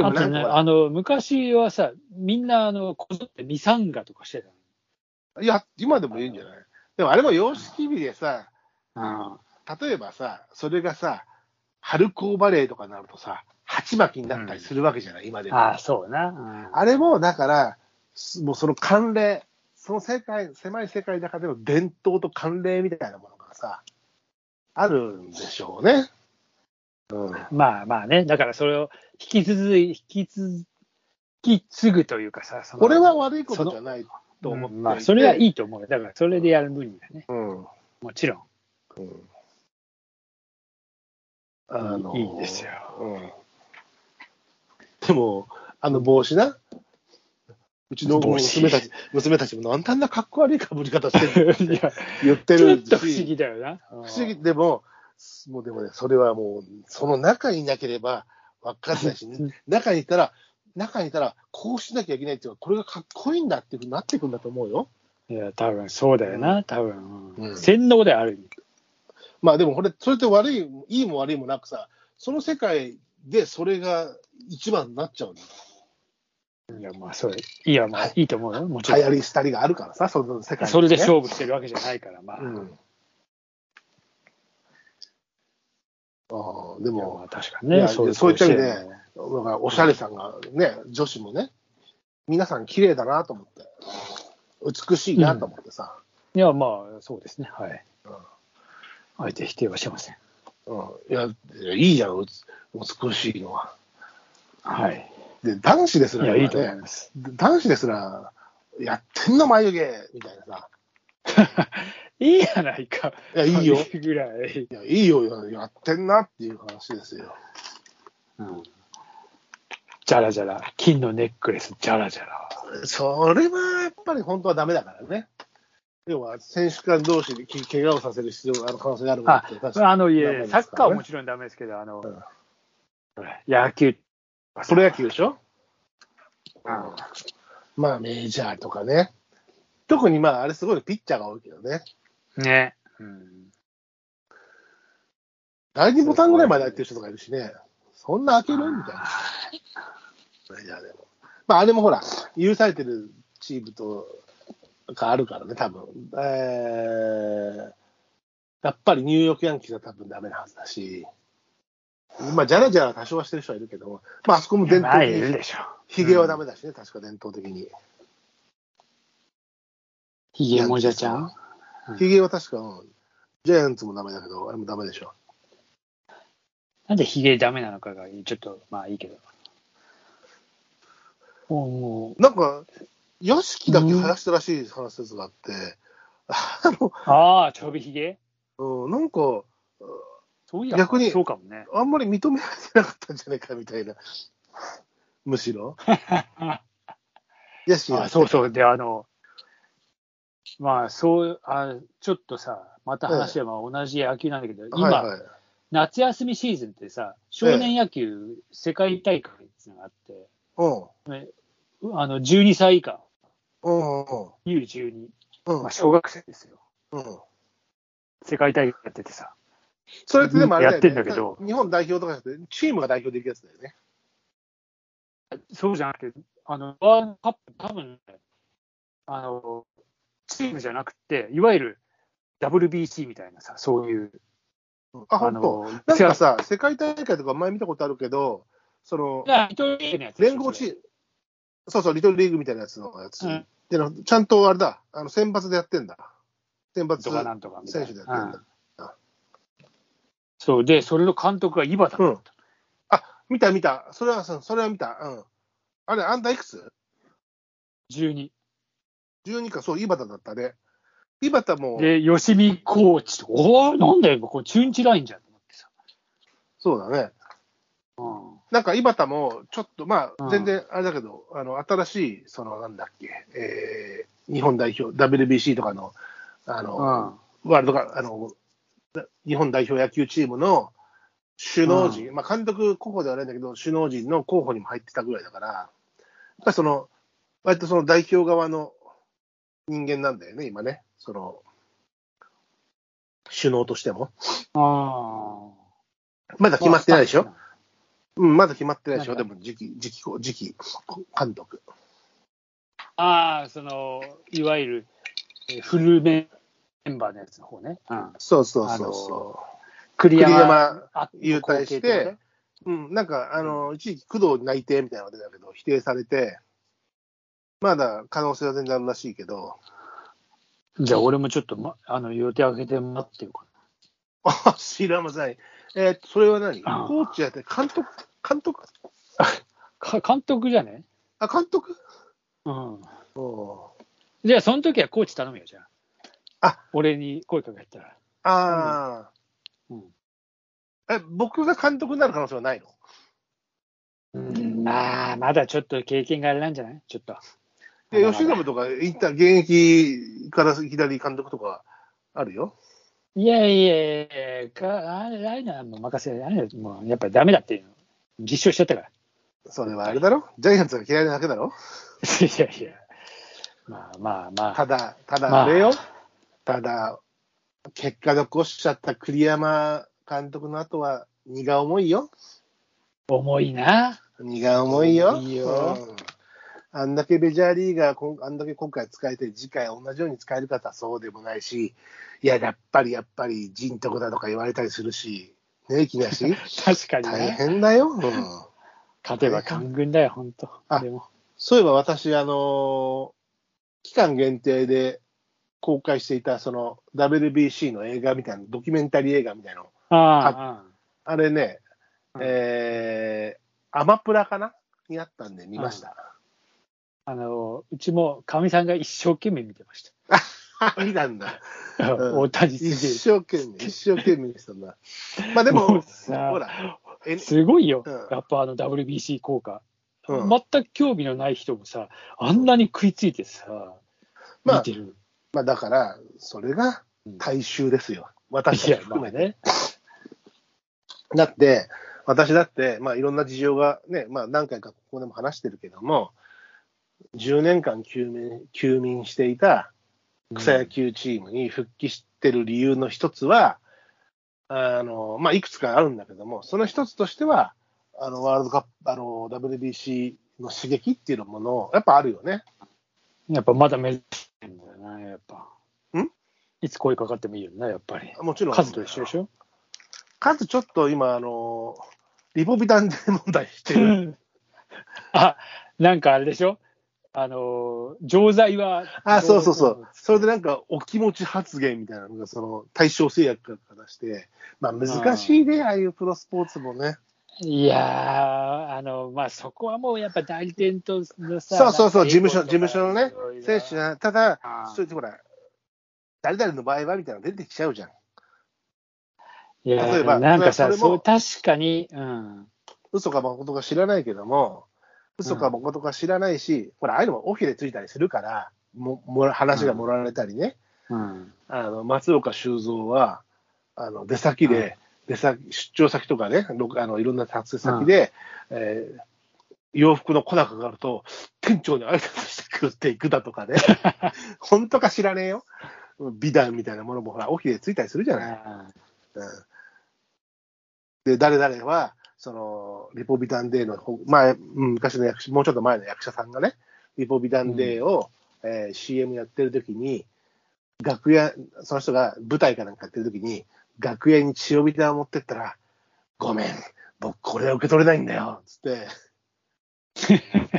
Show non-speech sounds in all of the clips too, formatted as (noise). あの、昔はさ、みんな、あの、こぞってミサンガとかしてたいや、今でもいいんじゃないでもあれも様式日でさ、の。例えばさ、それがさ、春高バレーとかになるとさ、鉢巻きになったりするわけじゃない、今でうん、も。ああ、そうな。あれも、だから、すもうその慣例、その世界、狭い世界の中での伝統と慣例みたいなものがさ、あるんでしょうね。うん。うんまあまあね、だからそれを引き続い、引き続引き継ぐというかさ、そのこれは悪いことじゃないと思っていて、うんまあ、それはいいと思うよ。だから、それでやる分にはね、うん。もちろん。うんいいですよ。うんでも、あの帽子な、うちの帽子娘 (laughs) たち娘たちも、なんであんなかっこ悪いかぶり方してるのっいてや言ってちょっるし、と不思議だよな。不思議。でも、もうでもね、それはもう、その中にいなければ分かんないし、中にいたら、中にいたら、こうしなきゃいけないっていうのは、これがかっこいいんだっていうふうになってくんだと思うよ。いや、多分そうだよな、多分。うん洗脳である意味。まあでもこれ、それって悪い、いいも悪いもなくさ、その世界でそれが一番になっちゃうんだよいや、まあ、それ、いや、まあ、いいと思うよ、もち流ろ行ん。り廃りがあるからさ、その世界にねそれで勝負してるわけじゃないから、まあ。うん。ああ、でいやまも、あ確かにいね、やそういった意味でそうしてるよねだからおしゃれさんがね、女子もね、皆さん綺麗だなと思って、美しいなと思ってさ、いや、まあ、そうですね、はいうん。相手否定はしません。うんいや、いやいいじゃん、うつ美しいのは。はい。で、男子ですいら、や、いいと思いね、ます。男子ですら、やってんの眉毛みたいなさ、いいやないか。いや、いいよ。ぐらい。いや、いいよ、やってんなっていう話ですよ。うん。じゃらじゃら、金のネックレス、じゃらじゃら。それはやっぱり本当はダメだからね。要は選手間同士でき怪我をさせる必要がある可能性があるもんあって確、かあの、いダメえ、ですサからねッカーはもちろんダメですけど、あのうん、野球。プロ野球でしょ、うんまあメジャーとかね。特にまああれすごいピッチャーが多いけどね。ね。うん第2ボタンぐらいまでやってる人とかいるしね。そんな開けるみたいな。メジャーでも。まああれもほら、許されてるチームとかあるからね、多分。えー、やっぱりニューヨークヤンキースは多分ダメなはずだし。まあ、じゃらじゃら多少はしてる人はいるけども、まあ、あそこも伝まあ、統いる的に、でしょ。ひげはダメだしね、確か伝統的に。ひげもじゃちゃんうんひげは確か、うんジャイアンツもダメだけど、あれもダメでしょ。なんでヒゲダメなのかが、ちょっと、まあいいけど。もう、もうなんか、ヨシキだけ生やしたらしい話説があって、あの、ああ、ちょびヒゲうん、なんか、そういや、逆にそうかもね。あんまり認められてなかったんじゃないかみたいな、 (laughs) むしろ。いやし、あそうそう。で、あの、まあ、そう、あちょっとさ、また話はまあ同じ野球なんだけど、今、はいはい、夏休みシーズンってさ、少年野球世界大会っていうのがあって、うん、あの、12歳以下、うん、うん、 U12、うんまあ、小学生ですよ。うん。世界大会やっててさ、それってでもあれだよ、ね、やってんだけど日本代表とかじゃなくて、チームが代表できるやつだよね。そうじゃなくて、あの、ワールドカップ、多分ね、あの、チームじゃなくて、いわゆる WBC みたいなさ、そういう、あ、あ本当。の、なん違うかさ、世界大会とか前見たことあるけど、その、だから一人リーグのやつ連合チーム、そうそう、リトルリーグみたいなやつのやつ。うんでのちゃんとあれだ、あの選抜でやってんだ。選抜とかなんとかみたい選な。手でやってんうんだ。そう、で、それの監督が井端だった。うん見た見た、それは、そそれは見た。うん。あれ、あんたいくつ12。 12か、そう、井端だったね。井端も、で、吉見コーチと、おおなんだよ、これ中日ラインじゃんと思ってさ。そうだね。うなんか井端も、ちょっと、まうあ、ん全然あれだけど、あの、新しい、その、なんだっけ、えー、日本代表、WBC とかの、あの、ん。うん。ワールドカップ、あの、日本代表野球チームの首脳陣、まあ監督候補ではないんだけど、首脳陣の候補にも入ってたぐらいだから、やっぱりその、割とその代表側の人間なんだよね、今ね、その、首脳としても。ああ。まだ決まってないでしょ、うん、まだ決まってないでしょ、なでんかも次期、次期、次期監督。ああ、その、いわゆる、えーフルメンバーのやつの方ね。うん。そうそうそうそ栗栗山山あ勇退して後継ってことねう。うん、なんか、あの、一時期工藤内定みたいなのが出たけど、否定されて、まだ可能性は全然あるらしいけど、 (laughs) じゃあ、俺もちょっと、ま、あの予定開けて待ってるかあ知らません。えーそれは何あーコーチやって、監督監督な。か監督じゃねあ、監督うん。おーじゃあ、その時はコーチ頼むよ、じゃあ。あ俺に声かけたら。ああ、うんえ、僕が監督になる可能性はないのうん、まあ、まだちょっと経験があれなんじゃないちょっと。で、まだまだ吉信とか、一旦現役から左監督とかあるよ。いやいやいや、かあれライナーも任せられない、もうやっぱりダメだっていうの、実証しちゃったから。 (laughs) それはあれだろジャイアンツが嫌いなだけだろいやいや、まあまあまあ、ただ、たまだああれよ、ただ、結果残しちゃった栗山監督の後は、荷が重いよ。重いな。荷が重いよ。重いようんあんだけメジャーリーガーこん、あんだけ今回使えて、次回同じように使えるかとはそうでもないし、いや、やっぱり、やっぱり、人徳だとか言われたりするし、ねえ、木梨確かに大ね。変だよ。うん勝てば官軍だよ、本当あでも、そういえば私、あのー期間限定で公開していた、その WBC の映画みたいな、ドキュメンタリー映画みたいなの、ああれね、うんえー、アマプラかなにあったんで見ました。あ、あの、うちもかみさんが一生懸命見てまし (laughs) 見たんだ。た。うん (laughs) 大谷一す生懸命、一生懸命したんだ。まあでもも、うさほら、えげえ。すごいよ、うんやっぱあの WBC 効果、うん全く興味のない人もさ、あんなに食いついてさ、まあ見てる。まあだから、それが大衆ですよ。私いたやち、含まあめて。ね。だって、私だって、まあ、いろんな事情がね、まあ、何回かここでも話してるけども、10年間休眠休眠していた草野球チームに復帰してる理由の一つは、あのまあ、いくつかあるんだけども、その一つとしては、あのワールドカップ、あの WBC の刺激っていうものを、やっぱあるよね。やっぱまだ目指してんだよな、やっぱ。んいつ声かかってもいいよな、やっぱり。もちろん。数と一緒でしょ数ちょっと今、あのリポビタンで問題してる。 (laughs) あ、なんかあれでしょあのー、錠剤は。あ、そうそうそう。それでなんか、お気持ち発言みたいなのが、その、対象制約から出して、まあ難しいね、ああいうプロスポーツもね。いやー、あの、まあ、そこはもうやっぱ代理店とのさ。そうそうそう、なん事務か所、事務所のねいろい、ろ選手な、ただあ、ーそういうほら、誰々の場合はみたいなの出てきちゃうじゃん。いやー例えばなんかそさ、れもそう、確かに、うん。嘘か誠か知らないけども、嘘か誠か知らないし、ほら、ああいうのも尾ひれついたりするから、も、もら、話が盛られたりね。うん。あの松岡修造はあの出先で、出先出張先とかねろあのいろんな撮影先で、えー洋服の粉がかかると店長に挨拶してくっていくだとかね本当か知らねえよ美談みたいなものもほら起きてついたりするじゃない、あうん、で誰々はそのリポビタンデーのほ前うん昔の役者もうちょっと前の役者さんがねリポビタンデーを、えー CM やってる時に楽屋その人が舞台かなんかやってる時に楽屋に塩ビタンを持ってったら「ごめん僕これは受け取れないんだよ」つっ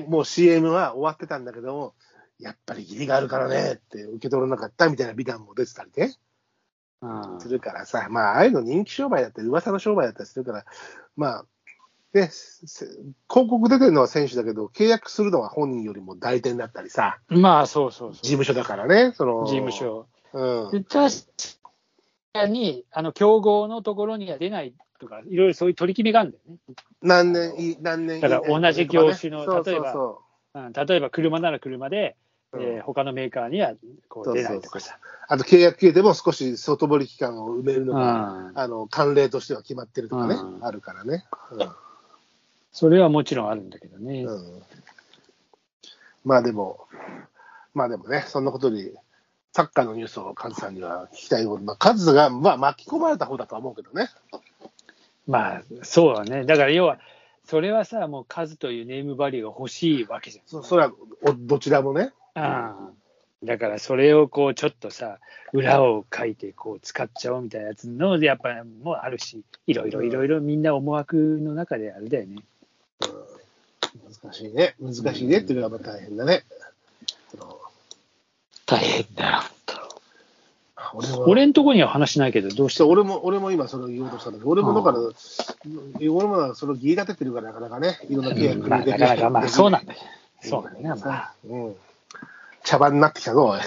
てもう CM は終わってたんだけどもやっぱり義理があるからねって受け取らなかったみたいなビタンも出てたりね。ーうんするからさ、まあ、ああいうの人気商売だったり、噂の商売だったりするから、まあ、ね、せ広告出てるのは選手だけど、契約するのは本人よりも代理店だったりさ、まあ、そうそう事そう。務所だからね、その。事務。所。うん。で確かに、あの、競合のところには出ないとか、いろいろそういう取り決めがあるんだよね。何年い、何年いだから同じ業種のそうそうそう例えばうん、例えば車なら車で、うんえー他のメーカーにはこそうう出そなういとかさ。あと契約系でも少し外堀期間を埋めるのが、うんあの、慣例としては決まってるとかね、うんあるからね。うん。それはもちろんあるんだけどね。うんまあでも、まあでもね、そんなことに、サッカーのニュースをカズさんには聞きたいこと、まあ、カズが、まあ、巻き込まれた方だとは思うけどね。まあ、そうはね。だから要は、それはさ、もう数というネームバリューが欲しいわけじそそれはおどちらもね、ゃん。うん、だからそれをこうちょっとさ、裏を書いてこう使っちゃおうみたいなやつの、やっぱもうあるし、いろいろいろいろみんな思惑の中であれだよね。難しいね、難しいねっていうのがまあ大変だね。大変だよ、本俺は俺んとこには話しないけど、どうしそてう俺も俺も今、それを言おうとしたんだけど、俺もだから、俺もそのギリ立ててるから、なかなかね、いろんな契約まあ、でだきかならいまあ、そうなんだよ。そうなんだよな、まあ。うん。茶番になってきたぞ、おい。